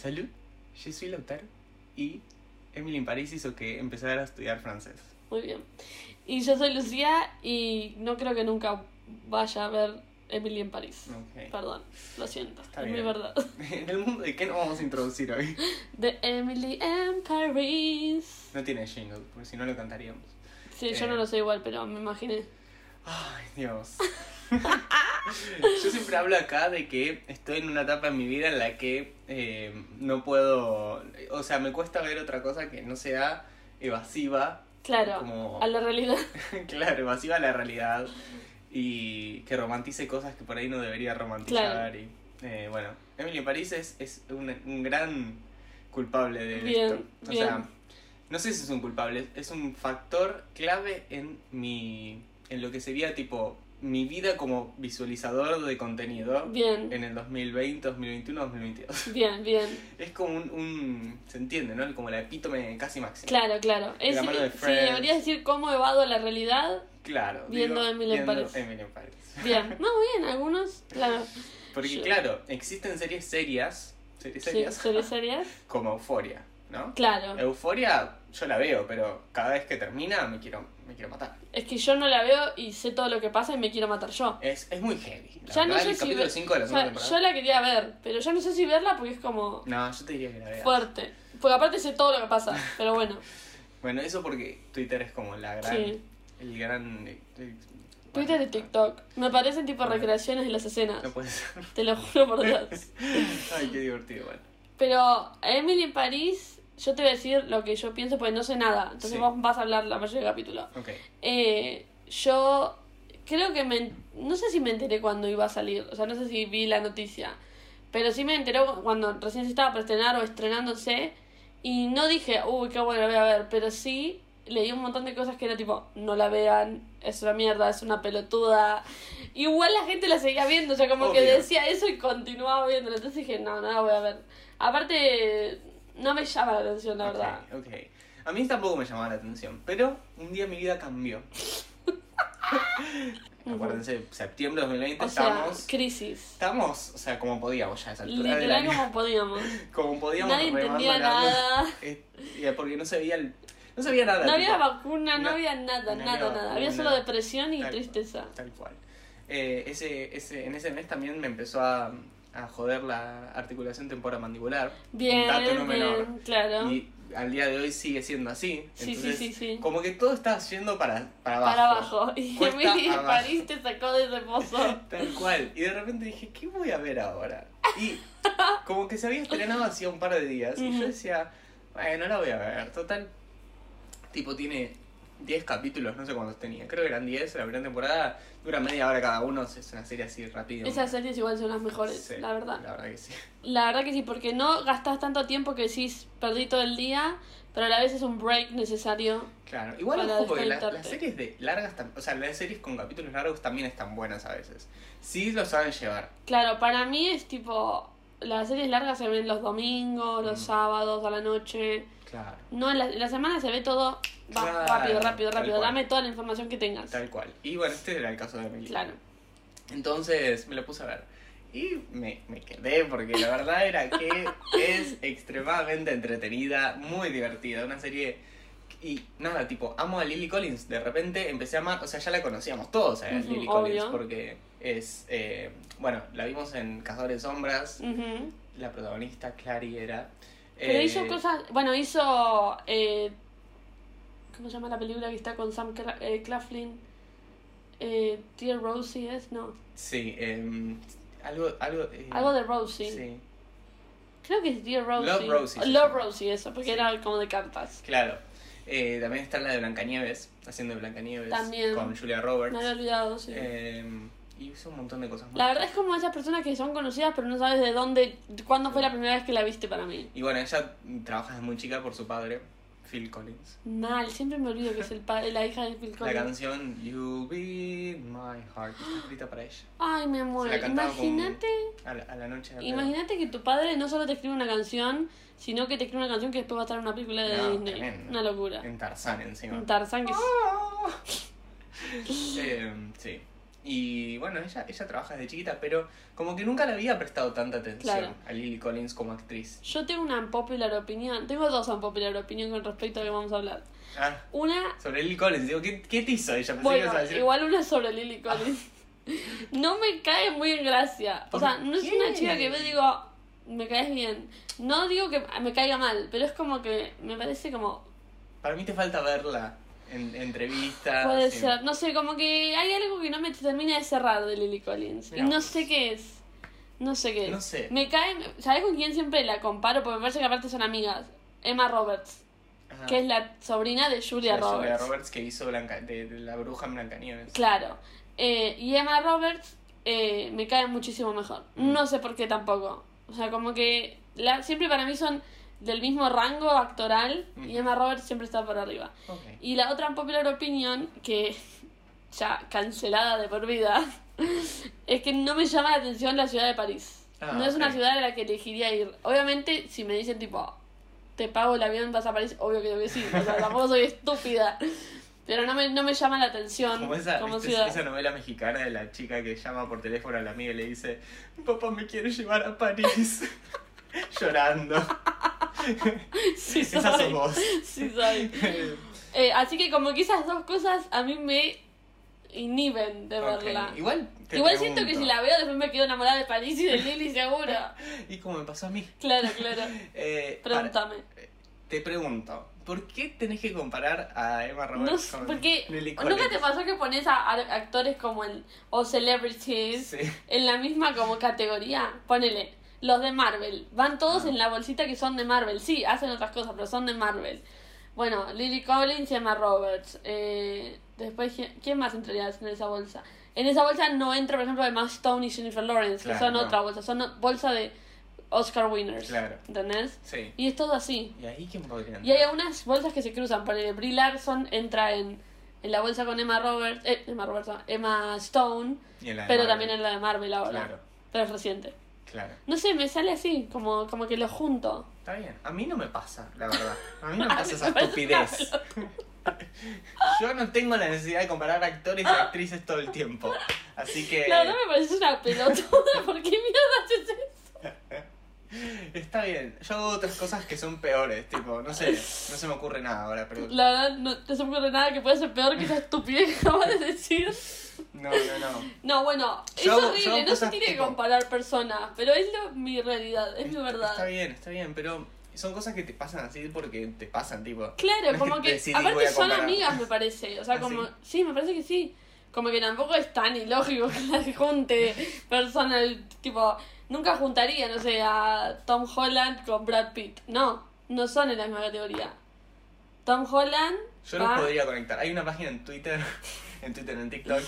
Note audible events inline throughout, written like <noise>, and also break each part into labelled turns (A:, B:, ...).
A: Salud, je suis Lautaro y Emily en París hizo que empezara a estudiar francés.
B: Muy bien. Y yo soy Lucía y no creo que nunca vaya a ver Emily en París.
A: Ok.
B: Perdón, lo siento,
A: Está
B: es mi
A: bien.
B: verdad. <laughs>
A: <laughs> en el mundo de qué nos vamos a introducir hoy.
B: De Emily en París.
A: No tiene jingle, porque si no lo cantaríamos.
B: Sí, yo no
A: Eh.
B: lo sé igual, pero me imaginé.
A: Ay, Dios. <laughs> Yo siempre hablo acá de que estoy en una etapa en mi vida en la que eh, no puedo, o sea, me cuesta ver otra cosa que no sea evasiva,
B: Claro,
A: Como-
B: a
A: <laughs>
B: la realidad. <laughs>
A: claro, evasiva a la realidad y que romantice cosas que por ahí no debería romantizar.
B: Claro.
A: Y, eh, bueno, Emily en París es, es un, un gran culpable de
B: Bien,
A: esto. O
B: bien.
A: sea, no sé si es un culpable, es un factor clave en mi en lo que sería tipo mi vida como visualizador de contenido
B: Bien,
A: en el 2020, 2021, 2022.
B: bien, bien.
A: Es como un, un- se entiende, ¿no? Como la epítome casi máxima.
B: Claro, claro. Es,
A: mano de
B: si
A: Friends.
B: debería decir cómo evado la realidad,
A: Claro,
B: Viendo Emily en
A: viendo
B: París.
A: Emily en París.
B: bien. No, bien, algunos, claro.
A: Porque
B: Yo-
A: claro, existen series serias, series
B: Sí,
A: serias
B: ¿series serias?
A: <laughs> como Euforia, ¿no?
B: Claro.
A: Euforia yo la veo, pero cada vez que termina me quiero me quiero matar.
B: Es que yo no la veo y sé todo lo que pasa y me quiero matar yo.
A: Es, es muy heavy. La
B: Ya no
A: verdad,
B: sé
A: el
B: si
A: capítulo
B: ve-
A: 5 de la
B: O sea,
A: segunda
B: yo
A: temporada.
B: la quería ver, pero yo no sé si verla porque es como
A: No, yo te diría que la veas.
B: fuerte. Porque aparte sé todo lo
A: <laughs>
B: que pasa, pero bueno.
A: Bueno, eso porque Twitter es como la gran
B: Sí.
A: el gran eh, eh,
B: Twitter y
A: bueno,
B: TikTok. Me parecen tipo
A: Bueno.
B: recreaciones de las escenas.
A: No puede ser. <laughs>
B: Te lo juro por Dios.
A: Ay, qué divertido, bueno.
B: Pero a Emily en París, yo te voy a decir lo que yo pienso porque no sé nada. Entonces
A: Sí.
B: vos vas a hablar la mayoría del capítulo.
A: Ok.
B: Eh, yo creo que me... en- No sé si me enteré cuando iba a salir. O sea, no sé si vi la noticia. Pero sí me enteré cuando recién se estaba para estrenar o estrenándose. Y no dije, uy, qué bueno, la voy a ver. Pero sí leí un montón de cosas que era tipo, no la vean, es una mierda, es una pelotuda. Igual la gente la seguía viendo, o sea, como que
A: Obvio.
B: decía eso y continuaba viéndola. Entonces dije, no, no la voy a ver. Aparte, no me llama la atención, la
A: ok,
B: verdad.
A: Ok. A mí tampoco me llamaba la atención, pero un día mi vida
B: <laughs>
A: cambió. Acuérdense, septiembre de 2020
B: O sea,
A: estamos.
B: crisis.
A: Estamos, o sea, como podíamos ya a esa altura del
B: Literal
A: año.
B: como podíamos.
A: Como podíamos
B: Nadie
A: remar la
B: entendía
A: luz.
B: nada.
A: Eh, y porque no se veía el- no se veía nada. tipo,
B: No había vacuna, no,
A: No-
B: había nada,
A: no
B: nada,
A: había
B: nada. Había
A: vacuna.
B: solo depresión y
A: Tal cual.
B: tristeza.
A: Tal cual. Eh, ese, ese, en ese mes también me empezó a, a joder la articulación temporomandibular.
B: Bien,
A: Dato no
B: bien,
A: menor.
B: claro.
A: Y al día de hoy sigue siendo así.
B: Sí, sí,
A: Entonces,
B: sí, sí.
A: Como que todo está yendo para, para abajo.
B: Para
A: <laughs>
B: abajo. Y
A: Cuesta
B: Emily en
A: abajo.
B: París te sacó de
A: <laughs>
B: reposo.
A: Tal cual. Y de repente dije, ¿qué voy a ver ahora?
B: <laughs>
A: Y como que se había estrenado hacía un par de días. Y
B: Ujú.
A: yo decía, bueno, la voy a ver. Total. Tipo, tiene 10 capítulos, no sé cuántos tenía. Creo que eran 10, la primera temporada. Dura media hora cada uno. Es una serie así rápida.
B: Esas series igual son las mejores,
A: Sí,
B: la verdad.
A: La verdad que sí.
B: La verdad que sí, porque no gastás tanto tiempo que decís, perdí todo el día, pero a la vez es un break necesario.
A: Claro. Igual
B: Para
A: ojo, porque la- las
B: desconectarte.
A: series de largas, tam- o sea, las series con capítulos largos también están buenas a veces. Sí lo saben llevar.
B: Claro, para mí es tipo, las series largas se ven los domingos, los
A: Mm.
B: sábados, a la noche.
A: Claro.
B: No, en la, en la semana se ve todo va,
A: Claro,
B: rápido, rápido,
A: tal
B: rápido.
A: cual.
B: Dame toda la información que tengas.
A: Tal cual. Y bueno, este era el caso de Emily.
B: Claro.
A: Entonces me lo puse a ver. Y me, me quedé porque la verdad era
B: <laughs>
A: que es extremadamente entretenida, muy divertida, una serie... Y nada, tipo, amo a Lily Collins. De repente empecé a amar, o sea, ya la conocíamos todos a
B: Ujú,
A: Lily
B: obvio.
A: Collins porque es, eh, bueno, la vimos en Cazadores de Sombras,
B: Ujú.
A: la protagonista Clary era...
B: Pero
A: eh,
B: hizo cosas. Bueno, hizo. eh, ¿Cómo se llama la película que está con Sam Cla- eh, Claflin? Eh, Dear Rosie es, no.
A: Sí, em, algo... Algo, eh,
B: Algo de Rosie.
A: Sí,
B: Creo que es Dear Rosie.
A: Love, Rosie, se
B: Love
A: llama.
B: Rosie, eso, porque
A: Sí.
B: era como de cartas.
A: claro. Eh, también está la de Blancanieves, haciendo de Blancanieves
B: También.
A: con Julia Roberts.
B: Me había olvidado, sí.
A: Eh, y hizo un montón de cosas más.
B: La verdad es como esas personas que son conocidas, pero no sabes de dónde. ¿Cuándo fue la primera vez que la viste para mí?
A: Y bueno, ella trabaja desde muy chica por su padre, Phil Collins.
B: Mal, siempre me olvido que es el pa- la hija de Phil
A: La
B: Collins.
A: canción You Be My Heart está escrita para ella.
B: Ay, mi amor,
A: Se la cantaba con-
B: imagínate.
A: A la, a la noche de
B: Imagínate que tu padre no solo te escribe una canción, sino que te escribe una canción que después va a estar en una película de
A: No,
B: Disney.
A: tremendo.
B: Una locura.
A: En Tarzán encima.
B: Un Tarzán que es-
A: Eh, Ah. sí. Y bueno, ella, ella trabaja desde chiquita, pero como que nunca le había prestado tanta atención
B: Claro.
A: a Lily Collins como actriz.
B: Yo tengo una unpopular opinión. Tengo dos unpopular opinión con respecto a lo que vamos a hablar.
A: Ah,
B: Una,
A: sobre Lily Collins, digo, ¿qué, qué te hizo ella? Pensé que
B: bueno,
A: ibas a decir-
B: igual una sobre Lily
A: <laughs>
B: Collins. No me cae muy en gracia. O
A: ¿Por
B: sea, no es
A: qué?
B: una chica que me digo, me caes bien. No digo que me caiga mal, pero es como que me parece como
A: Para mí te falta verla en entrevistas.
B: Puede
A: en-
B: ser, no sé, como que hay algo que no me termina de cerrar de Lily Collins.
A: Mira
B: y no
A: vos.
B: sé qué es. No sé qué es.
A: No sé.
B: Me cae. ¿Sabes con quién siempre la comparo? Porque me parece que aparte son amigas. Emma Roberts,
A: Ajá.
B: que es la sobrina de Julia
A: Ah. Sí,
B: Roberts.
A: Julia Roberts que hizo Blanca- de, de la bruja en Blancanieves.
B: Claro. Eh, y Emma Roberts eh, me cae muchísimo mejor.
A: Mm.
B: No sé por qué tampoco. O sea, como que la, siempre para mí son del mismo rango actoral y
A: Ujú.
B: Emma Roberts siempre está por arriba.
A: Ok.
B: Y la otra popular opinión, que <laughs> ya cancelada de por vida, <laughs> es que no me llama la atención la ciudad de París.
A: Ah,
B: no es una
A: ok.
B: ciudad a la que elegiría ir. Obviamente, si me dicen tipo, te pago el avión, vas a París, obvio que digo que sí. O
A: <laughs>
B: sea, tampoco soy estúpida. Pero no me, no me llama la atención
A: Como esa,
B: como
A: ¿viste?
B: ciudad.
A: esa novela mexicana de la chica que llama por teléfono a la amiga y le dice, mi papá me quiere llevar a París. <laughs> Llorando.
B: <laughs> Sí,
A: Esa
B: soy.
A: sos vos.
B: <laughs> Sí,
A: <laughs>
B: soy. Eh, así que como que esas dos cosas a mí me inhiben de
A: Ok,
B: verla.
A: Igual, te
B: Igual siento que
A: pregunto,
B: si la veo después me quedo enamorada de París y de Lily seguro.
A: Y como me pasó a mí.
B: Claro, claro.
A: Eh, para-
B: Pregúntame.
A: te pregunto, ¿por qué tenés que comparar a Emma Roberts
B: No sé,
A: con
B: porque
A: Lily
B: nunca te
A: Collins?
B: pasó que pones a, a actores como el o celebrities
A: Sí.
B: en la misma como categoría. Ponele los de Marvel, van todos
A: Ah.
B: en la bolsita que son de Marvel. Sí, hacen otras cosas, pero son de Marvel. Bueno, Lily Collins y Emma Roberts. Eh, después, ¿quién- ¿quién más entraría en esa bolsa? En esa bolsa no entra, por ejemplo, Emma Stone y Jennifer Lawrence, que
A: Claro,
B: son
A: no.
B: otra bolsa, son o- bolsa de Oscar winners.
A: Claro.
B: ¿Entendés?
A: Sí.
B: Y es todo así.
A: ¿Y ahí quién podría
B: Y hay
A: entrar?
B: algunas bolsas que se cruzan. Por el Brie Larson entra en, en la bolsa con Emma Roberts, eh, Emma Roberts, no, Emma Stone,
A: Y en la de
B: pero
A: Marvel.
B: también en la de Marvel ahora.
A: Claro,
B: Pero es reciente.
A: claro.
B: No sé, me sale así, como, como que lo junto.
A: Está bien. A mí no me pasa, la verdad. A
B: <laughs>
A: mí no me
B: A mí
A: pasa esa
B: me parece
A: estupidez. Yo no tengo la necesidad de comparar actores y actrices todo el tiempo. Así que
B: La verdad me parece una pelotuda. <laughs> ¿Por qué mierda haces eso?
A: está bien. Yo hago otras cosas que son peores, tipo, no sé, no se me ocurre nada ahora, pero no,
B: La verdad, no, no se me ocurre nada que pueda ser peor que esa estupidez que acabas de decir.
A: no, no.
B: No, bueno, es
A: Yo hago- yo hago
B: horrible. No se
A: cosas
B: tiene que
A: tipo-
B: comparar personas, pero es lo- mi realidad, <laughs> es mi
A: Está
B: verdad.
A: bien, está bien, pero son cosas que te pasan así porque te pasan, tipo. No
B: Claro,
A: es
B: como
A: que
B: que.
A: decidí, voy
B: aparte
A: a
B: son
A: comparar.
B: amigas, me parece. O sea,
A: ¿Ah,
B: como.
A: sí?
B: Sí, me parece que sí. Como que tampoco es tan ilógico <laughs> que las junte personas. Tipo, nunca juntaría, no sé, a Tom Holland con Brad Pitt. No, no son en la misma categoría. Tom Holland.
A: Yo
B: va-
A: los podría conectar. Hay una página en Twitter, <laughs> en Twitter, en TikTok,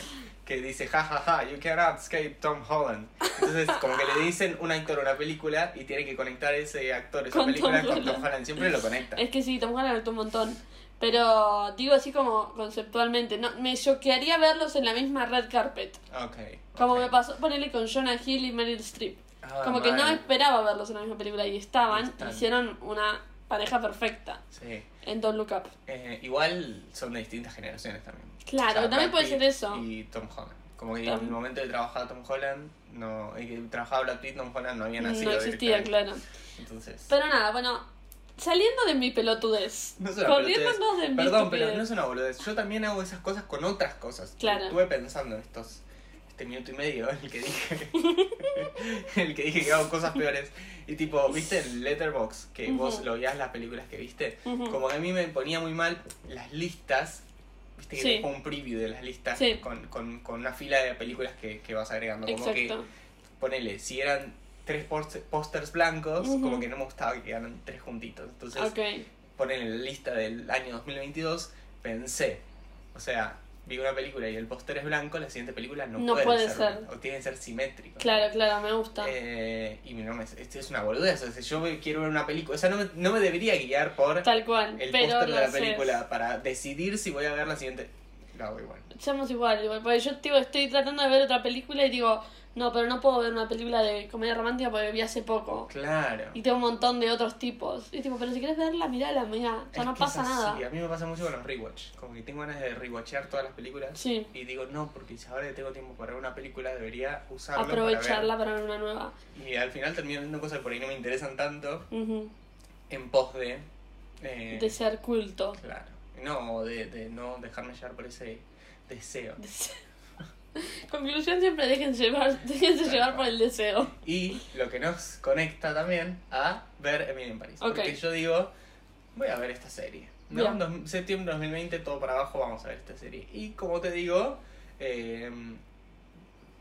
A: que dice, ja, ja, ja, you cannot escape Tom Holland. Entonces, como que le dicen un actor a una película y tiene que conectar ese actor, esa
B: Con Tom
A: película con Tom
B: Holland.
A: Holland. Siempre lo conecta.
B: Es que sí, Tom Holland actúa un montón. Pero digo así como conceptualmente. no Me choquearía verlos en la misma red carpet.
A: Ok.
B: Como
A: ok.
B: me pasó ponerle con Jonah Hill y Meryl Streep.
A: Ah,
B: Como que no
A: mal.
B: esperaba verlos en la misma película y estaban,
A: Están.
B: hicieron una pareja perfecta
A: Sí.
B: en Don't Look Up.
A: Eh, igual son de distintas generaciones también.
B: Claro,
A: O sea,
B: también
A: Brad
B: puede
A: Pitt
B: ser eso.
A: Y Tom Holland. Como que en
B: Tom-
A: el momento de trabajar Tom Holland, no, eh, que trabajaba Brad Pitt, Tom Holland no había nacido.
B: No existía,
A: directamente.
B: claro.
A: Entonces.
B: Pero nada, bueno, saliendo de mi pelotudez,
A: No es una pelotudez.
B: corriéndonos de mi
A: Perdón, pero
B: estupidez.
A: no es una boludez. Yo también hago esas cosas con otras cosas.
B: Claro.
A: Estuve pensando estos este minuto y medio en el que dije <laughs> el que dije que hago cosas peores y tipo, ¿viste en Letterbox que vos
B: Ujú.
A: lo veías las películas que viste?
B: Ujú.
A: Como que a mí me ponía muy mal las listas. Viste que
B: Sí.
A: te pongo un preview de las listas
B: Sí.
A: con, con, con una fila de películas que, que vas agregando. Como que
B: Exacto.
A: ponele, si eran tres post- pósters blancos,
B: Ujú.
A: como que no me gustaba que quedaran tres juntitos. Entonces,
B: Ok.
A: poner en la lista del año 2022, pensé, o sea, vi una película y el póster es blanco, la siguiente película no,
B: No
A: puede,
B: puede
A: ser,
B: ser.
A: blanca, o tiene que ser simétrico.
B: Claro, claro, me gusta.
A: Eh, y no me, esto es una boludez, o sea, yo quiero ver una película, o sea, no me, no me debería guiar por
B: Tal cual.
A: el
B: pero
A: póster de la
B: lo sé.
A: película para decidir si voy a ver la siguiente. Lo hago igual.
B: Somos igual, igual, porque yo tipo, estoy tratando de ver otra película y digo, No, pero no puedo ver una película de comedia romántica porque vi hace poco.
A: Claro.
B: Y tengo un montón de otros tipos. Y es tipo, pero si quieres verla, mirala, mira. O sea,
A: Es
B: no
A: que es
B: pasa
A: así.
B: nada.
A: A mí me pasa mucho con los rewatch. Como que tengo ganas de rewatchear todas las películas.
B: Sí.
A: Y digo, no, porque si ahora que tengo tiempo para ver una película, debería usarla
B: Aprovecharla para ver una nueva.
A: para ver. Y al final termino viendo cosas que por ahí no me interesan tanto
B: Ujú.
A: en pos de... eh,
B: De ser culto.
A: Claro. No, o de, de no dejarme llevar por ese deseo.
B: De ser- <laughs> Conclusión siempre déjense llevar, <laughs> déjense
A: Tal
B: llevar
A: cual.
B: por el deseo.
A: Y lo que nos conecta también a ver Emily en París.
B: Ok.
A: Porque yo digo, voy a ver esta serie. ¿no?
B: Bien.
A: Dos- septiembre 2020, todo para abajo, vamos a ver esta serie. Y como te digo, eh,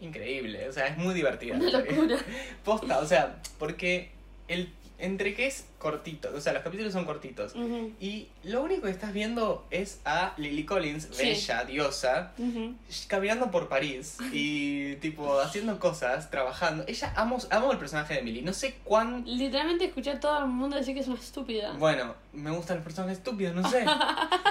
A: increíble. O sea, es muy divertida.
B: Una
A: la serie.
B: locura.
A: Posta, o sea, porque el, entre que es cortito, o sea, los capítulos son cortitos.
B: Ujú,
A: Y lo único que estás viendo es a Lily Collins,
B: Sí.
A: bella, diosa,
B: ujú.
A: caminando por París
B: <laughs>
A: y tipo haciendo cosas, trabajando. Ella amo, amo el personaje de Emily. No sé cuán
B: Literalmente escuché a todo el mundo decir que es una estúpida.
A: bueno, me gustan los personajes estúpidos, no sé.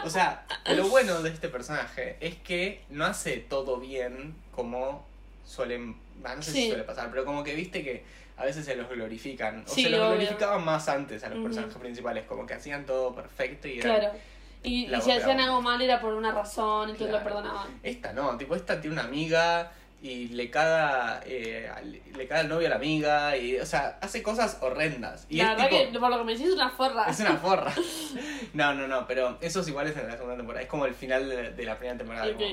A: O sea, lo bueno de este personaje es que no hace todo bien como suelen, ah, no sé
B: Sí.
A: si suele pasar, pero como que viste que a veces se los glorifican. O
B: Sí,
A: se los
B: obvio.
A: glorificaban más antes a los
B: Ujú.
A: personajes principales, como que hacían todo perfecto y eran-
B: Claro. Y,
A: La
B: y si hacían
A: golpeaban.
B: algo mal era por una razón, entonces lo
A: Claro.
B: perdonaban.
A: Esta no, tipo, esta tiene una amiga y le caga, eh, al- le caga el novio a la amiga y, o sea, hace cosas horrendas. Y
B: la
A: es
B: verdad
A: tipo,
B: que por lo que me decís es una forra.
A: es una forra. <laughs> No, no, no, pero eso es igual es en la segunda temporada, es como el final de, de la primera temporada.
B: Ok.
A: como,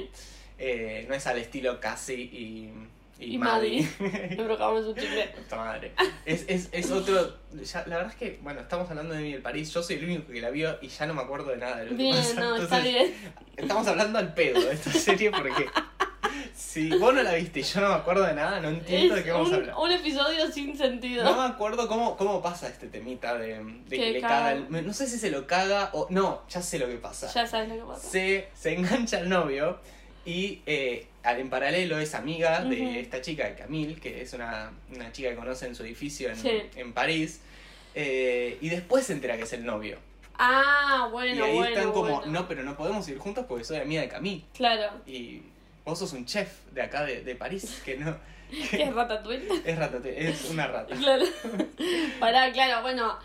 A: eh, no es al estilo Cassie y, y,
B: Y
A: Maddie.
B: Maddie. Nos brocamos un chicle.
A: <laughs> Puta madre. Es, es, es otro. ya, la verdad es que, bueno, estamos hablando de Emily en París. Yo soy el único que la vio y ya no me acuerdo de nada de <laughs> lo que
B: Bien,
A: pasa, <laughs>
B: no, está
A: entonces-
B: bien.
A: Estamos hablando al pedo de esta <laughs> serie porque si vos no la viste y yo no me acuerdo de nada, no entiendo de
B: Es
A: qué vamos a
B: un,
A: hablar.
B: un episodio sin sentido.
A: No me acuerdo cómo, cómo pasa este temita de, de que
B: Que
A: le
B: caga.
A: caga el- No sé si se lo caga o. No, ya sé lo que pasa.
B: <laughs> Ya sabes lo que pasa.
A: Se, se engancha al novio y eh, al- en paralelo es amiga de
B: Ujú.
A: esta chica, de Camille, que es una, una chica que conoce en su edificio en,
B: Sí.
A: en París. eh, y después se entera que es el novio.
B: Ah,
A: Y
B: bueno,
A: ahí
B: bueno.
A: están como,
B: bueno.
A: no, pero no podemos ir juntos porque soy amiga de Camille. <laughs>
B: Claro.
A: Y vos sos un chef de acá de, de París, que no.
B: ¿Qué es Ratatouille? <laughs>
A: Es rata, es una rata.
B: Claro. <laughs> Pará, claro, bueno.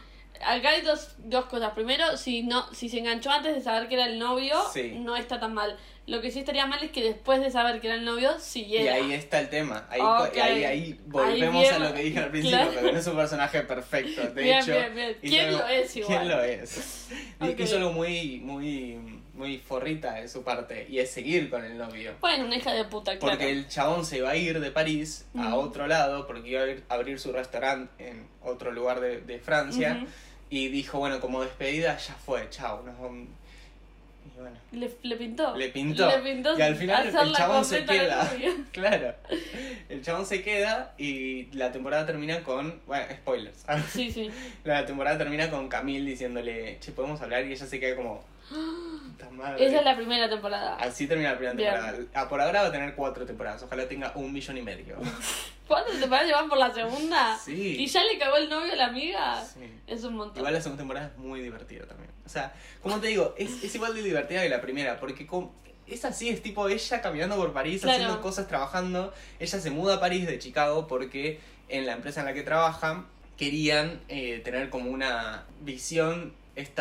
B: Acá hay dos, dos cosas. Primero, si no, si se enganchó antes de saber que era el novio,
A: Sí.
B: no está tan mal. Lo que sí estaría mal es que después de saber que era el novio,
A: Y
B: siguiera.
A: ahí está el tema. Ahí,
B: Ok.
A: ahí, ahí volvemos
B: Ahí
A: a lo
B: bien.
A: que dije al principio,
B: Claro.
A: pero no es un personaje perfecto. De
B: <laughs> Bien,
A: hecho,
B: bien, bien.
A: hizo
B: ¿Quién
A: algo-
B: lo es igual?
A: ¿Quién lo es? Y-
B: Ok.
A: Hizo algo muy, muy, muy forrita de su parte y es seguir con el novio.
B: Bueno, una hija de puta, claro.
A: Porque el chabón se iba a ir de París a
B: Ujú.
A: otro lado, porque iba a ir- abrir su restaurante en otro lugar de, de Francia.
B: Ujú.
A: Y dijo, bueno, como despedida ya fue, chao. Nos vamos. Y bueno,
B: le, le pintó.
A: Le pintó.
B: Le pintó
A: Y al final el
B: hacerla
A: chabón se
B: completa a la
A: queda.
B: novia.
A: Claro. El chabón se queda y la temporada termina con. Bueno, spoilers.
B: Sí, sí.
A: La temporada termina con Camille diciéndole, che, podemos hablar y ella se queda como. Puta madre. Ah,
B: Esa es la primera temporada.
A: Así termina la
B: Bien.
A: primera temporada. Ah, por ahora va a tener cuatro temporadas. Ojalá tenga un millón y medio.
B: ¿Cuántas temporadas llevan por la segunda?
A: Sí.
B: Ah, ¿Y ya le cagó el novio a la amiga?
A: Sí.
B: Es un montón.
A: Igual la segunda temporada es muy divertida también. O sea, como te digo, es, es igual de divertida que la primera, porque com- es así, es tipo ella caminando por París,
B: Claro.
A: haciendo cosas, trabajando. Ella se muda a París de Chicago porque en la empresa en la que trabaja querían eh, tener como una visión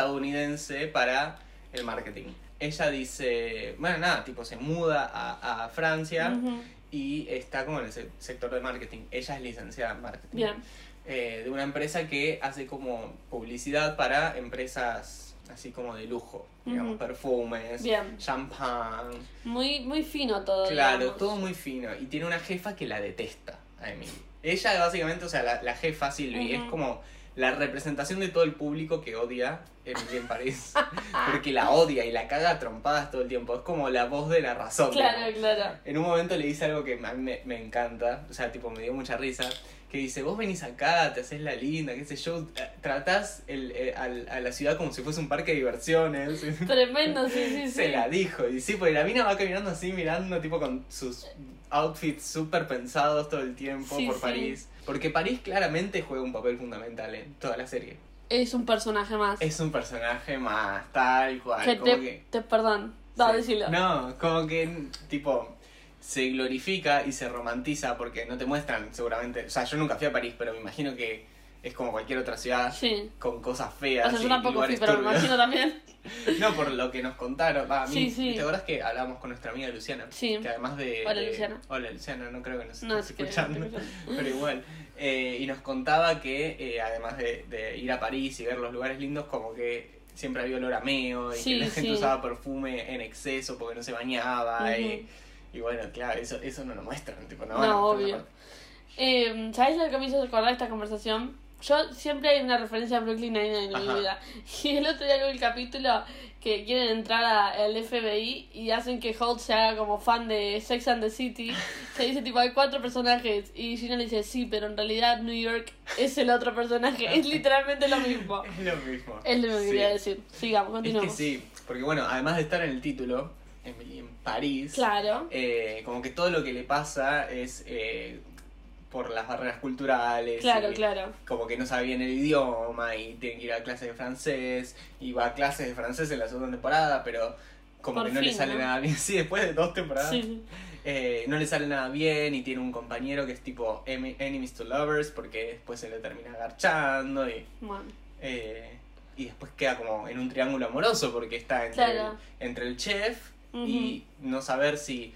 A: estadounidense para el marketing. Ella dice, bueno, nada, tipo se muda a, a Francia
B: Ujú.
A: y está como en el se- sector de marketing. Ella es licenciada en marketing
B: Bien.
A: eh, de una empresa que hace como publicidad para empresas así como de lujo, digamos,
B: Ujú.
A: perfumes,
B: Bien.
A: champán,
B: Muy, muy fino todo.
A: claro,
B: digamos.
A: todo muy fino. Y tiene una jefa que la detesta a Emily. Ella básicamente, o sea, la, la jefa Silvi,
B: Ujú.
A: es como la representación de todo el público que odia Emily en París,
B: <laughs>
A: porque la odia y la caga a trompadas todo el tiempo, es como la voz de la razón.
B: Claro,
A: digamos.
B: claro.
A: En un momento le dice algo que a mí me, me encanta, o sea, tipo, me dio mucha risa, que dice, vos venís acá, te haces la linda, qué sé yo, eh, tratás el, eh, al- a la ciudad como si fuese un parque de diversiones. <laughs>
B: Tremendo, sí, sí, sí.
A: Se la dijo, y sí, porque la mina va caminando así, mirando, tipo, con sus outfits súper pensados todo el tiempo
B: Sí,
A: por
B: sí.
A: París. Porque París claramente juega un papel fundamental en toda la serie.
B: Es un personaje más.
A: Es un personaje más, tal cual.
B: que
A: como
B: te,
A: que...
B: te perdón. No,
A: Sí.
B: decilo.
A: No, como que, tipo, se glorifica y se romantiza porque no te muestran seguramente, o sea, yo nunca fui a París, pero me imagino que es como cualquier otra ciudad
B: Sí.
A: con cosas
B: O
A: feas.
B: sea,
A: y
B: yo tampoco fui,
A: lugares
B: pero me
A: turbios. <laughs>
B: imagino también.
A: No, por lo que nos contaron. Va, a mí-
B: Sí, sí.
A: ¿Te acuerdas que hablábamos con nuestra amiga Luciana?
B: Sí.
A: Que además de.
B: Hola,
A: de-
B: Luciana.
A: Hola Luciana, no creo que nos
B: No, es
A: estés
B: que-
A: escuchando. Pero igual. Eh, y nos contaba que eh, además de, de ir a París y ver los lugares lindos, como que siempre había olor a meo y
B: Sí,
A: que la gente
B: sí.
A: usaba perfume en exceso porque no se bañaba. y,
B: Ujú.
A: y bueno, claro, eso, eso no lo muestran. Tipo, no,
B: No,
A: van a mostrar
B: obvio.
A: <laughs> una parte.
B: Eh, ¿Sabes lo que me hizo recordar esta conversación? Yo siempre hay una referencia a Brooklyn Nine-Nine en
A: Ajá.
B: mi vida. <laughs> Y el otro día veo el capítulo que quieren entrar a- al FBI y hacen que Holt se haga como fan de Sex and
A: <laughs>
B: the City. Se dice, tipo, hay cuatro personajes. Y Gina le dice, sí, pero en realidad New York es el otro personaje.
A: <laughs>
B: Es literalmente lo mismo.
A: Es lo mismo.
B: Es lo que
A: Sí.
B: quería decir. Sigamos,
A: Es que
B: continuamos.
A: sí, porque bueno, además de estar en el título, en, en París.
B: Claro.
A: eh, como que todo lo que le pasa es eh, por las barreras culturales.
B: Claro,
A: y
B: claro.
A: Como que no sabe bien el idioma y tiene que ir a clases de francés. Y va a clases de francés en la segunda temporada, pero como
B: Por
A: que no le
B: fin,
A: sale
B: ¿no?
A: nada bien. <laughs> Sí, después de dos temporadas.
B: Sí, sí.
A: eh, no le sale nada bien y tiene un compañero que es tipo em- enemies to lovers porque después se le termina agarchando y,
B: Bueno.
A: eh, y después queda como en un triángulo amoroso porque está entre,
B: Claro.
A: el, entre el chef
B: Ujú.
A: y no saber si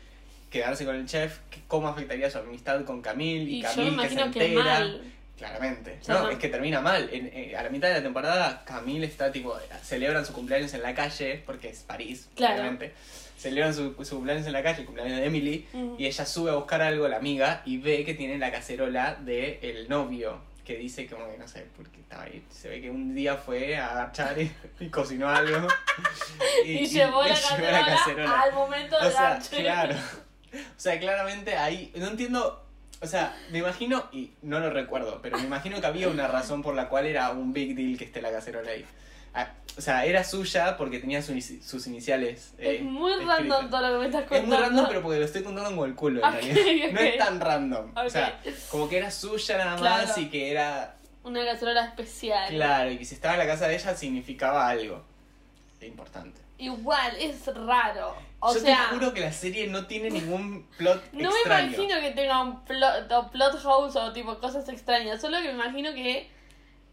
A: quedarse con el chef, que- cómo afectaría su amistad con Camille y,
B: Y yo me
A: Camille que se
B: imagino que,
A: entera.
B: mal.
A: Claramente.
B: O sea,
A: no,
B: no.
A: es que termina mal. En- eh, a la mitad de la temporada Camille está tipo, celebran su cumpleaños en la calle, porque es París,
B: Claro.
A: claramente. Celebran su, su cumpleaños en la calle, el cumpleaños de Emily,
B: Ujú.
A: y ella sube a buscar algo a la amiga y ve que tiene la cacerola del el novio, que dice como que no sé por qué estaba ahí. Se ve que un día fue a agachar y, y cocinó algo.
B: <laughs> Y, llevó,
A: <laughs>
B: la
A: llevó
B: cacerola al momento
A: O
B: del
A: sea,
B: gancho. <laughs>
A: claro. O sea, claramente ahí. No entiendo. O sea, me imagino, y no lo recuerdo, pero me imagino que había una razón por la cual era un big deal que esté la cacerola ahí. Ah, O sea, era suya porque tenía su inici- sus iniciales. eh,
B: Es muy
A: escritas.
B: random todo lo que me estás
A: Es
B: contando.
A: muy random, pero porque lo estoy contando como el culo, en
B: Ok,
A: realidad. No
B: ok.
A: es tan random.
B: Ok.
A: O sea, como que era suya nada más
B: Claro.
A: y que era.
B: Una cacerola especial.
A: Claro, y que si estaba en la casa de ella significaba algo importante.
B: Igual, es raro. O
A: Yo
B: sea,
A: te juro que la serie no tiene ningún plot
B: no
A: extraño.
B: me imagino que tenga un plot, o plot house o tipo cosas extrañas. Solo que me imagino que,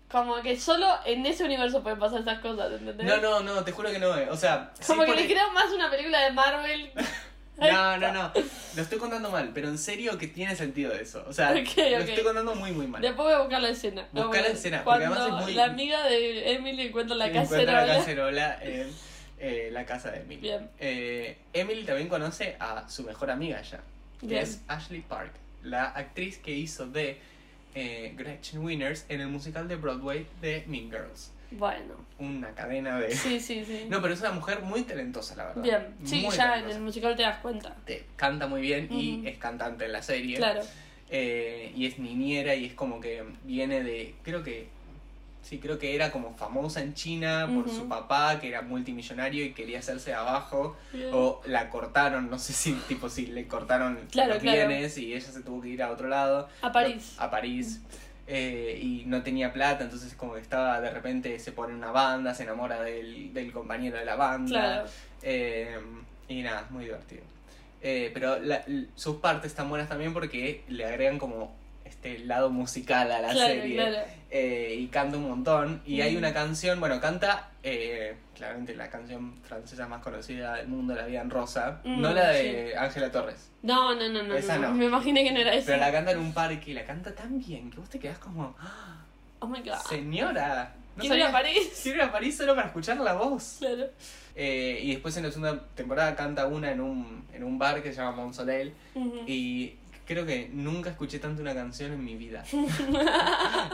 B: como que solo en ese universo pueden pasar esas cosas, ¿entendés?
A: No, no, no, te juro que no. eh. O sea, sí
B: Como que
A: pone-
B: le creo más una película de Marvel.
A: no, no, no. Lo estoy contando mal, pero en serio que tiene sentido eso. O sea,
B: <laughs> Ok,
A: lo
B: ok.
A: estoy contando muy, muy mal.
B: Después voy a buscar la escena. No,
A: Buscá la
B: bueno,
A: escena, porque
B: Cuando
A: además es muy-
B: la amiga de Emily encuentra la
A: Se encuentra
B: cacerola.
A: la cacerola en eh, la casa de Emily.
B: Bien.
A: Eh, Emily también conoce a su mejor amiga ya, que
B: Bien.
A: es Ashley Park, la actriz que hizo de eh, Gretchen Winners en el musical de Broadway de Mean Girls.
B: Bueno,
A: Una cadena de...
B: sí, sí, sí.
A: <laughs> No, pero es una mujer muy talentosa, la verdad.
B: Bien, sí,
A: Muy
B: ya en
A: talentosa.
B: el musical te das cuenta.
A: Te canta muy bien y
B: Ujú.
A: es cantante en la serie.
B: Claro.
A: Eh, y es niñera y es como que viene de, creo que, sí, creo que era como famosa en China por
B: Ujú.
A: su papá, que era multimillonario y quería hacerse de abajo, o la cortaron, no sé si, <laughs> tipo, si le cortaron
B: Claro,
A: los
B: claro.
A: bienes y ella se tuvo que ir a otro lado.
B: A París.
A: A París. eh, y no tenía plata, entonces como que estaba, de repente se pone en una banda, se enamora del, del compañero de la banda.
B: Claro.
A: Eh, y nada, es muy divertido. Eh, pero la- l- sus partes están buenas también porque le agregan como este lado musical a la
B: claro,
A: serie.
B: claro.
A: Eh, y canta un montón. Y hay
B: Mm.
A: una canción, bueno, canta eh, claramente la canción francesa más conocida del mundo, La Vida en Rosa.
B: Mm,
A: no la de Ángela Torres.
B: No, no, no, no.
A: Esa no.
B: Me imaginé que no era esa.
A: Pero la canta en un parque y la canta tan bien que vos te quedás como, "Ah,
B: Oh my god.
A: señora, no
B: Quiero ir a
A: sabía-
B: París. <laughs>
A: quiero ir a París solo para escuchar la voz.
B: Claro.
A: Eh, y después en la segunda temporada canta una en un, en un bar que se llama Monsoleil.
B: Ujú.
A: Y creo que nunca escuché tanto una canción en mi
B: <laughs>
A: vida.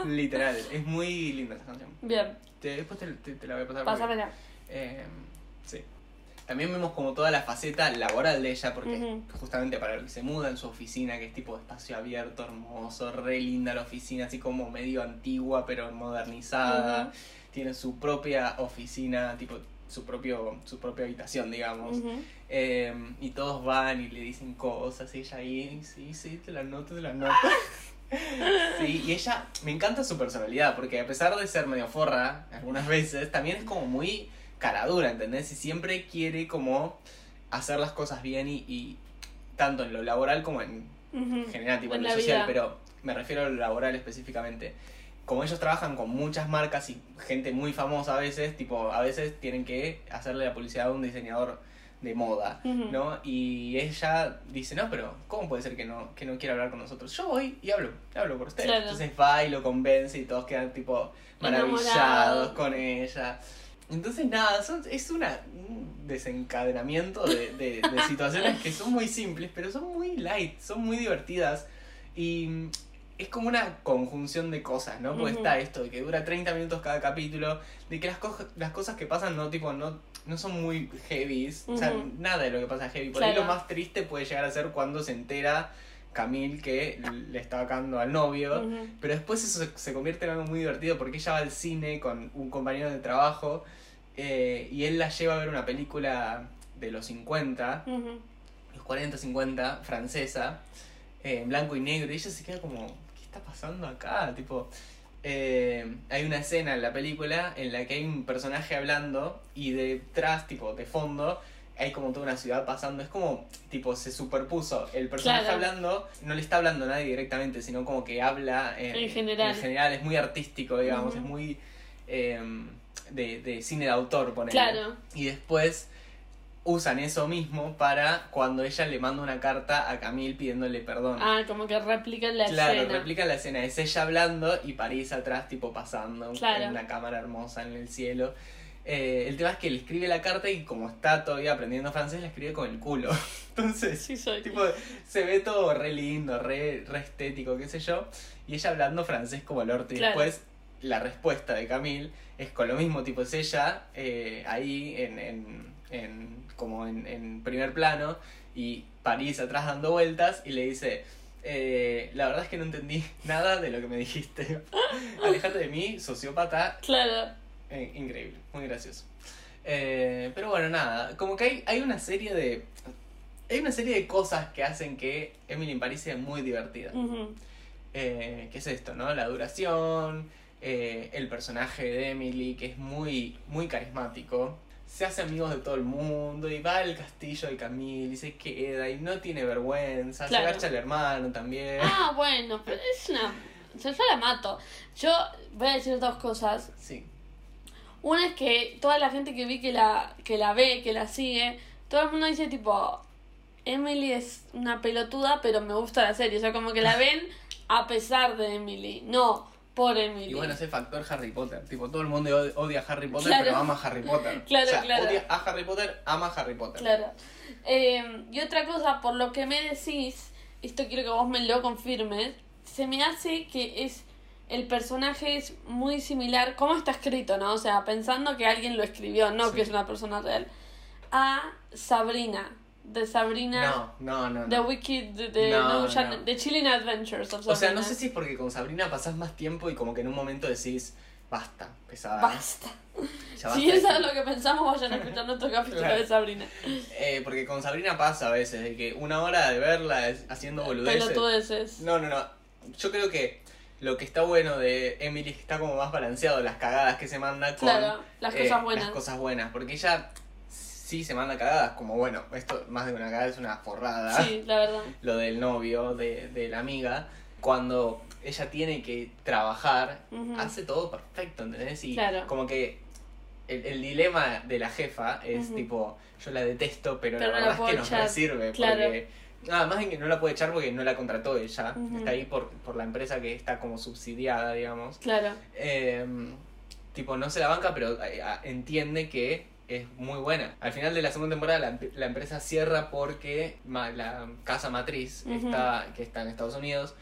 A: Literal, es muy linda esa canción.
B: Bien,
A: Te- después te, te- te la voy a pasar. porque-
B: pásamela.
A: Eh, sí. También vemos como toda la faceta laboral de ella, porque
B: Ujú.
A: justamente para que se muda en su oficina, que es tipo espacio abierto, hermoso, re linda la oficina, así como medio antigua pero modernizada.
B: Ujú.
A: Tiene su propia oficina, tipo su propio su propia habitación, digamos.
B: Ujú.
A: Eh, y todos van y le dicen cosas y ella ahí, sí, sí, te la noto, te la noto. Sí, y ella, me encanta su personalidad, porque a pesar de ser medio forra algunas veces, también es como muy caradura, ¿entendés? Y siempre quiere como hacer las cosas bien y, y tanto en lo laboral como en
B: Ujú.
A: general, tipo en,
B: Mm, En
A: lo
B: la
A: social,
B: vida.
A: pero me refiero a lo laboral específicamente. Como ellos trabajan con muchas marcas y gente muy famosa a veces, tipo, a veces tienen que hacerle la publicidad a un diseñador de moda,
B: Ujú.
A: ¿no? Y ella dice, no, pero ¿cómo puede ser que no, que no quiera hablar con nosotros? Yo voy y hablo, hablo por ustedes.
B: Claro.
A: Entonces va y lo convence y todos quedan tipo maravillados
B: Enamorados.
A: con ella. Entonces nada, son- es una, un desencadenamiento de, de-
B: <laughs>
A: de situaciones que son muy simples, pero son muy light, son muy divertidas. Y mm, es como una conjunción de cosas, ¿no? Porque
B: Ujú.
A: está esto, de que dura 30 minutos cada capítulo, de que las, co- las cosas que pasan no, tipo, no, no son muy heavies, o sea,
B: Ujú.
A: nada de lo que pasa es heavy. Por ahí
B: Claro.
A: lo más triste puede llegar a ser cuando se entera Camille que le está bacando al novio.
B: Ujú.
A: Pero después eso se- se convierte en algo muy divertido porque ella va al cine con un compañero de trabajo eh, y él la lleva a ver una película de los 50,
B: Ujú.
A: los 40, 50, francesa, eh, en blanco y negro. Y ella se queda como, ¿qué está pasando acá? Tipo, eh, hay una escena en la película en la que hay un personaje hablando y detrás, tipo, de fondo. Hay como toda una ciudad pasando, es como, tipo, se superpuso. El personaje
B: Claro.
A: hablando, no le está hablando a nadie directamente, sino como que habla eh,
B: En general.
A: En general, es muy artístico, digamos,
B: Ujú.
A: es muy eh, de, de cine de autor, ponele.
B: Claro.
A: Y después usan eso mismo para cuando ella le manda una carta a Camille pidiéndole perdón.
B: Ah, como que replican la
A: claro,
B: escena.
A: replica la escena. Es ella hablando y París atrás, tipo pasando
B: Claro.
A: en una cámara hermosa en el cielo. Eh, el tema es que le escribe la carta y como está todavía aprendiendo francés, la escribe con el culo. <laughs> Entonces,
B: Sí,
A: <laughs>
B: soy.
A: tipo, se ve todo re lindo, re, re estético, qué sé yo. Y ella hablando francés como el orto. Y
B: Claro.
A: después la respuesta de Camille es con lo mismo, tipo, es ella eh, ahí en, en, en- como en, en primer plano y París atrás dando vueltas y le dice... eh, la verdad es que no entendí <laughs> nada de lo que me dijiste. Alejate de mí, sociópata,
B: Claro.
A: eh, increíble, muy gracioso. Eh, pero bueno, nada, como que hay, hay una serie de. Hay una serie de cosas que hacen que Emily in Paris sea muy divertida.
B: Ujú.
A: Eh, ¿Qué es esto, no? La duración, eh, el personaje de Emily, que es muy, muy carismático. Se hace amigos de todo el mundo y va al castillo de Camille y se queda y no tiene vergüenza.
B: Claro.
A: Se agacha al hermano también.
B: Ah, bueno, pero es una. Yo, yo la mato. Yo voy a decir dos cosas.
A: Sí,
B: Una es que toda la gente que vi que la, que la ve, que la sigue, todo el mundo dice tipo, Emily es una pelotuda, pero me gusta la serie. O sea, como que la ven a pesar de Emily, no por Emily.
A: Y bueno, ese factor Harry Potter. Tipo, todo el mundo od- odia a Harry Potter,
B: Claro.
A: pero ama a Harry
B: <laughs>
A: Potter.
B: Claro,
A: o sea,
B: claro.
A: odia a Harry Potter, ama a Harry Potter.
B: Claro. Eh, y otra cosa, por lo que me decís, esto quiero que vos me lo confirmes, se me hace que es el personaje es muy similar, cómo está escrito, ¿no? O sea, pensando que alguien lo escribió, no
A: Sí.
B: que es una persona real, a Sabrina, de Sabrina,
A: No, no, no. no.
B: The Wicked, de, de-
A: No,
B: no, ya-
A: no.
B: de Chilling Adventures of
A: O sea, no
B: Sabrina.
A: sé si es porque con Sabrina pasás más tiempo y como que en un momento decís, basta, pesada.
B: Basta.
A: <laughs> ya
B: si
A: basta".
B: eso es lo que pensamos, vayan a escuchar nuestro capítulo
A: Claro.
B: de Sabrina.
A: Eh, porque con Sabrina pasa a veces, de que una hora de verla es- haciendo boludeces.
B: Pelotudeces.
A: No, no, no. Yo creo que lo que está bueno de Emily es que está como más balanceado las cagadas que se manda con
B: Claro, las
A: eh,
B: cosas buenas.
A: Las cosas buenas, porque ella sí se manda cagadas, como bueno, esto más de una cagada es una forrada.
B: Sí, la verdad.
A: Lo del novio, de, de la amiga, cuando ella tiene que trabajar,
B: Ujú.
A: hace todo perfecto, ¿entendés? Y
B: Claro.
A: como que el, el dilema de la jefa es
B: Ujú.
A: tipo, yo la detesto, pero,
B: Pero
A: la
B: no la
A: verdad es
B: puedo
A: que nos
B: echar.
A: sirve,
B: Claro.
A: porque nada más en que no la puede echar porque no la contrató ella,
B: Ujú.
A: está ahí por, por la empresa que está como subsidiada, digamos.
B: Claro.
A: Eh, tipo, no se la banca, pero eh, ah, entiende que es muy buena. Al final de la segunda temporada, la, empe- la empresa cierra porque ma- la casa matriz
B: Ujú.
A: está, que está en Estados Unidos.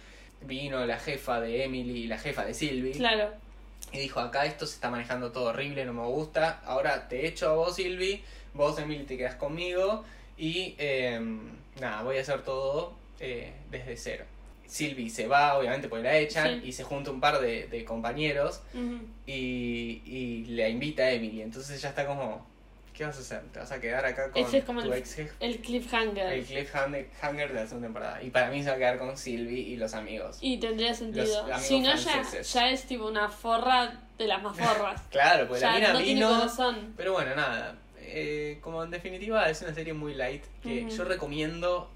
A: Vino la jefa de Emily y la jefa de Sylvie
B: Claro.
A: y dijo: Acá esto se está manejando todo horrible, no me gusta. Ahora te echo a vos, Sylvie. Vos, Emily, te quedas conmigo. Y eh, nada, voy a hacer todo eh, desde cero. Sylvie se va, obviamente, porque la echan
B: Sí.
A: y se junta un par de- de compañeros
B: Ujú.
A: y, y la invita a Emily. Entonces ella está como, ¿qué vas a hacer? ¿Te vas a quedar acá con
B: Ese es como
A: tu
B: el-
A: ex jefe?
B: El cliffhanger.
A: El cliffhanger de la segunda temporada. Y para mí se va a quedar con Sylvie y los amigos.
B: Y tendría sentido.
A: amigos
B: Si no, ya,
A: franceses.
B: ya es tipo una forra de las
A: <laughs>
B: más forras.
A: Claro, porque Pues la
B: ya
A: mina
B: no tiene
A: vino.
B: corazón.
A: Pero bueno, nada. Eh, como en definitiva es una serie muy light que
B: Ujú.
A: yo recomiendo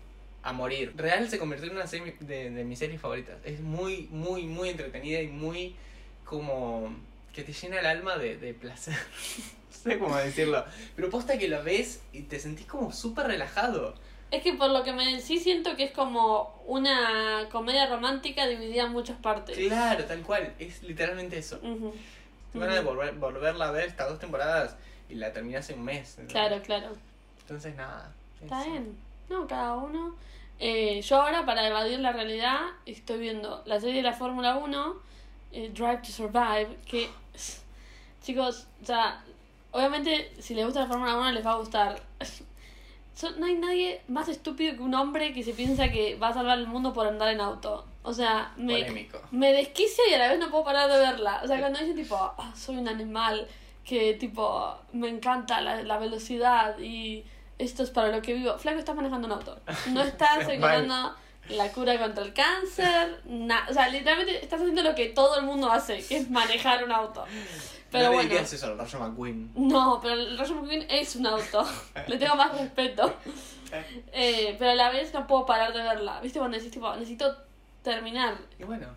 A: a morir. Real se convirtió en una semi- de, de mis series favoritas. Es muy, muy, muy entretenida y muy como que te llena el alma de, de placer. <laughs> no sé cómo decirlo. Pero posta que la ves y te sentís como súper relajado.
B: Es que por lo que me decís, siento que es como una comedia romántica dividida en muchas partes.
A: Claro, tal cual. Es literalmente eso.
B: Ujú.
A: Te van a volver, volverla a ver estas dos temporadas y la terminás en un mes. ¿entendés?
B: Claro, claro.
A: Entonces nada.
B: Está
A: eso.
B: bien. No, cada uno. Eh, yo ahora, para evadir la realidad, estoy viendo la serie de la Fórmula 1, eh, Drive to Survive, que, <sighs> chicos, o sea, obviamente si les gusta la Fórmula 1 les va a gustar. <laughs> So- no hay nadie más estúpido que un hombre que se piensa que va a salvar el mundo por andar en auto. O sea, me,
A: Polémico.
B: me desquicia y a la vez no puedo parar de verla. O sea, cuando dicen tipo, "Ah, soy un animal, que tipo, me encanta la, la velocidad y esto es para lo que vivo. Flaco, estás manejando un auto. No estás
A: Mal.
B: encontrando la cura contra el cáncer. na- o sea, literalmente estás haciendo lo que todo el mundo hace, que es manejar un auto. Pero
A: no le
B: bueno.
A: dirías eso al Rayo McQueen.
B: No, pero el Rayo McQueen es un auto. Le tengo más respeto. Eh, pero a la vez no puedo parar de verla. ¿Viste? Cuando decís, tipo, necesito terminar.
A: Y bueno,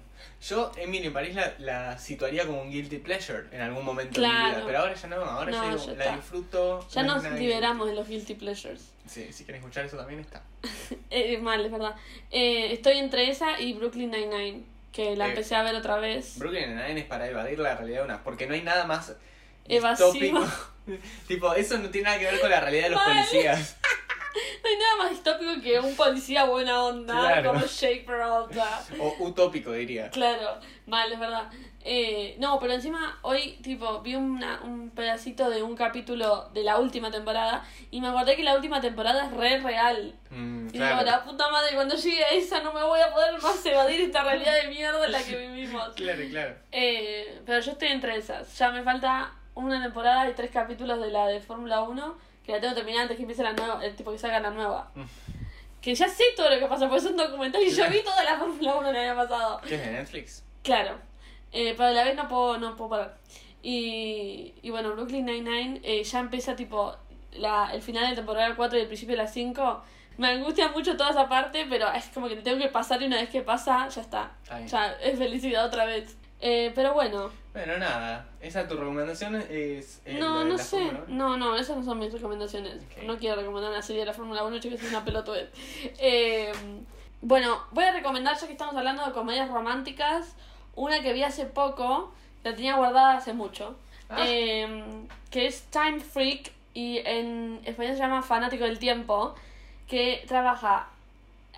A: yo Emily en París la, la situaría como un guilty pleasure en algún momento de mi vida.
B: Claro.
A: Pero ahora ya no, ahora
B: No,
A: ya, digo,
B: ya
A: la
B: está.
A: disfruto.
B: Ya
A: no hay
B: nos
A: nadie-
B: liberamos de los guilty pleasures.
A: Sí, si quieren escuchar eso también está.
B: Eh, mal, es verdad. Eh, estoy entre esa y Brooklyn Nine-Nine, que la
A: Eh,
B: empecé a ver otra vez.
A: Brooklyn Nine-Nine es para evadir la realidad de una, porque no hay nada más
B: Evasivo.
A: distópico. <laughs> tipo, eso no tiene nada que ver con la realidad de los
B: Mal.
A: policías.
B: No hay nada más distópico que un policía buena onda,
A: Claro.
B: como Jake Peralta.
A: O utópico, diría.
B: Claro, mal, es verdad. Eh, no, pero encima hoy, tipo, vi una- un pedacito de un capítulo de la última temporada y me acordé que la última temporada es re real.
A: Mm,
B: Y digo, la
A: claro.
B: puta madre, cuando llegue a esa no me voy a poder más evadir esta realidad de mierda en la que vivimos.
A: Claro, claro.
B: Eh, pero yo estoy entre esas. Ya me falta una temporada y tres capítulos de la de Fórmula 1 que la tengo terminada antes que empiece la nueva, el tipo que saca la nueva.
A: Mm.
B: Que ya sé todo lo que pasa, porque es un documental y yo vi toda la Fórmula 1 el año pasado.
A: ¿Qué es de Netflix?
B: Claro, eh, pero a la vez no puedo, no puedo parar. Y, y bueno, Brooklyn Nine-Nine eh, ya empieza tipo la, el final de temporada 4 y el principio de la 5. Me angustia mucho toda esa parte, pero es como que le tengo que pasar y una vez que pasa, ya está.
A: Está bien.
B: Ya es felicidad otra vez. Eh, pero bueno,
A: Bueno, nada. Esa tu recomendación es. eh, la
B: no,
A: de
B: no
A: la
B: sé.
A: Fórmula uno?
B: No, no, esas no son mis recomendaciones.
A: Ok.
B: No quiero recomendar una serie de la Fórmula 1, chicos, es una pelotudez. Eh, bueno, voy a recomendar, ya que estamos hablando de comedias románticas, una que vi hace poco, la tenía guardada hace mucho,
A: Ah.
B: eh, que es Time Freak y en español se llama Fanático del Tiempo, que trabaja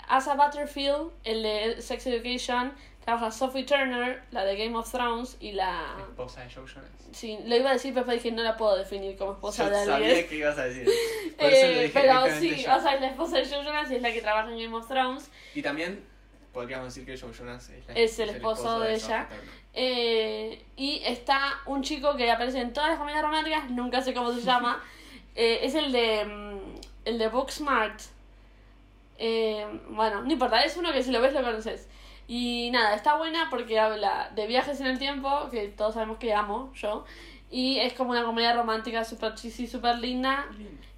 B: Asa Butterfield, el de Sex Education, trabaja Sophie Turner, la de Game of Thrones y la...
A: Esposa de Joe Jonas.
B: Sí, lo iba a decir, pero después dije, no la puedo definir como esposa
A: Yo
B: de alguien.
A: sabía que ibas a decir. Por eso lo
B: Eh,
A: dije
B: pero
A: directamente
B: sí,
A: yo.
B: o sea, es la esposa de Joe Jonas y es la que trabaja en Game of Thrones.
A: Y también podríamos decir que Joe Jonas es, la-
B: Es el esposo de
A: Sophie
B: ella.
A: Turner.
B: Eh, y está un chico que aparece en todas las comedias románticas, nunca sé
A: <laughs>
B: cómo se llama. Eh, es el de. mm, El de Booksmart. Eh, bueno, no importa, es uno que si lo ves lo conoces. Y nada, está buena porque habla de viajes en el tiempo, que todos sabemos que amo yo. Y es como una comedia romántica súper cheesy, súper linda.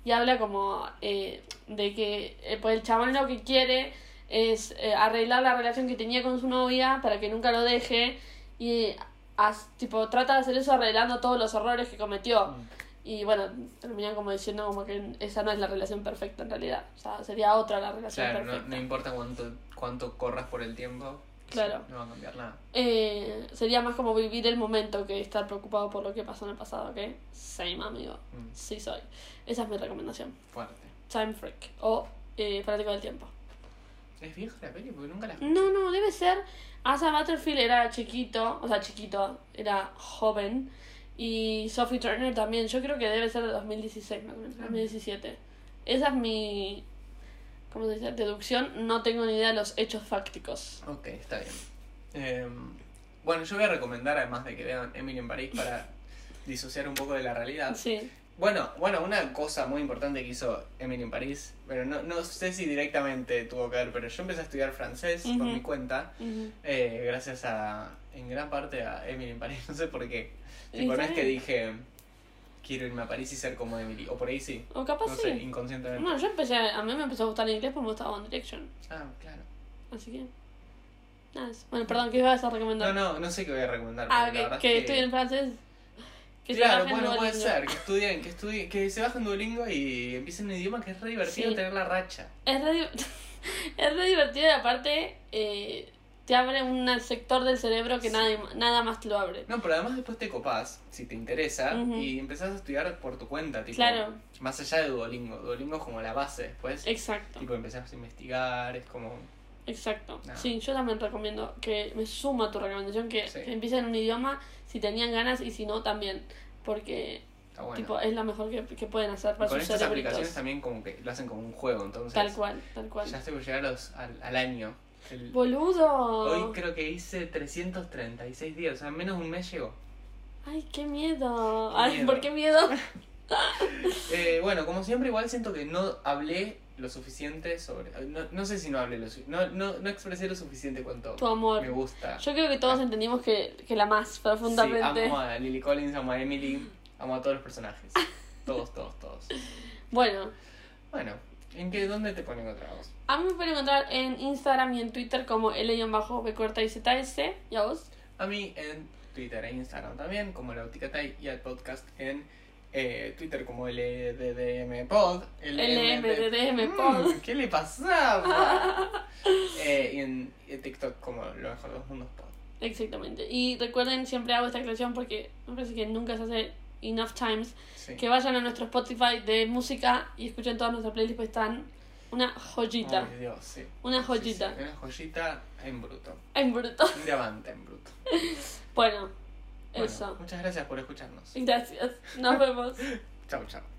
B: y habla como eh, de que eh, pues el chabón lo que quiere es eh, arreglar la relación que tenía con su novia para que nunca lo deje y as- tipo trata de hacer eso arreglando todos los errores que cometió
A: Mm.
B: y bueno terminan como diciendo como que esa no es la relación perfecta en realidad o sea sería otra la relación
A: Claro, no,
B: perfecta
A: no importa cuánto, cuánto corras por el tiempo.
B: Claro.
A: No va a cambiar nada.
B: Eh, sería más como vivir el momento que estar preocupado por lo que pasó en el pasado ¿ok? same amigo
A: Mm,
B: sí soy esa es mi recomendación
A: fuerte.
B: time freak o eh, fanático del tiempo
A: ¿Es vieja la peli? Porque nunca la
B: No, no, debe ser. Asa Butterfield era chiquito, o sea, chiquito, era joven. Y Sophie Turner también, yo creo que debe ser de 2016, más o
A: Ah.
B: menos, 2017. Esa es mi. ¿Cómo se dice? Deducción. No tengo ni idea de los hechos fácticos.
A: Ok, está bien. Eh, bueno, yo voy a recomendar, además de que vean Emily en París, para disociar un poco de la realidad.
B: Sí.
A: Bueno, bueno, una cosa muy importante que hizo Emily en París, pero no, no sé si directamente tuvo que ver, pero yo empecé a estudiar francés por
B: Ujú.
A: mi cuenta,
B: ujú.
A: eh, gracias a, en gran parte a Emily en París, <laughs> no sé por qué.
B: Y
A: Tipo, no es
B: está
A: que
B: bien.
A: dije, quiero irme a París y ser como Emily. O por ahí sí.
B: O capaz
A: No
B: Ah, sí.
A: sé, inconscientemente.
B: Bueno, yo empecé, a mí me empezó a gustar el inglés porque me gustaba One Direction.
A: Ah, claro.
B: Así que. Nada, eso. Bueno, perdón, ¿qué ibas a
A: No,
B: recomendar?
A: no, no sé qué voy a recomendar.
B: ah,
A: porque la
B: que,
A: verdad
B: que
A: es
B: estudien francés. Que se
A: claro,
B: bajen
A: bueno, puede
B: Duolingo.
A: ser. Que estudien, que estudien, que se bajen Duolingo y empiecen un idioma que es re divertido
B: Sí.
A: tener la racha.
B: Es re, div- <laughs> es re divertido y aparte eh, te abre un sector del cerebro que nadie, nada más te lo abre.
A: No, pero además después te copás, si te interesa,
B: Ujú.
A: y empezás a estudiar por tu cuenta, tipo,
B: Claro.
A: más allá de Duolingo. Duolingo es como la base después.
B: Exacto,
A: Tipo, empezás a investigar, es como...
B: exacto.
A: Nada.
B: Sí, yo también recomiendo que me suma tu recomendación que
A: Sí.
B: empiecen un idioma si tenían ganas y si no también. Porque
A: Está bueno.
B: tipo es lo mejor que, que pueden hacer
A: Y
B: para
A: con
B: sus
A: estas aplicaciones
B: cerebritos.
A: también como que lo hacen como un juego, entonces...
B: Tal cual, tal cual.
A: Ya estoy por llegar a los- al, al año. El-
B: Boludo.
A: hoy creo que hice 336 días, o sea, en menos de un mes llegó.
B: Ay, qué miedo.
A: Qué
B: Ay,
A: miedo.
B: ¿por
A: <laughs>
B: qué miedo?
A: Eh, bueno, como siempre, igual siento que no hablé lo suficiente sobre... No, no sé si no hablé lo suficiente... No, no, no expresé lo suficiente cuanto
B: Tu amor.
A: me gusta.
B: Yo creo que todos entendimos que, que la más profundamente.
A: Sí, amo a Lily Collins, amo a Emily, amo a todos los personajes. Todos, todos, todos.
B: bueno,
A: Bueno, ¿en qué, dónde te ponen otra voz?
B: a mí me pueden encontrar en Instagram y en Twitter como L-BQRTIZS. ¿Y a
A: <laughs>
B: vos?
A: A mí en Twitter e Instagram también, como la Uticatay y al podcast en eh, Twitter como LDDM Pod.
B: LMDDM Pod.
A: Mm, ¿Qué le
B: <laughs>
A: pasaba? Eh, y en eh, TikTok como lo mejor de los mundos pod.
B: Exactamente. Y recuerden, siempre hago esta aclaración porque me parece que nunca se hace enough times.
A: Sí.
B: Que vayan a nuestro Spotify de música y escuchen todas nuestras playlists, pues están una joyita.
A: Ay, Dios, sí.
B: Una
A: Sí,
B: joyita.
A: sí, una joyita en bruto.
B: En bruto.
A: Un diamante en bruto.
B: Bueno,
A: Bueno,
B: eso.
A: Muchas gracias por escucharnos.
B: Gracias. Nos vemos.
A: Chao, chao.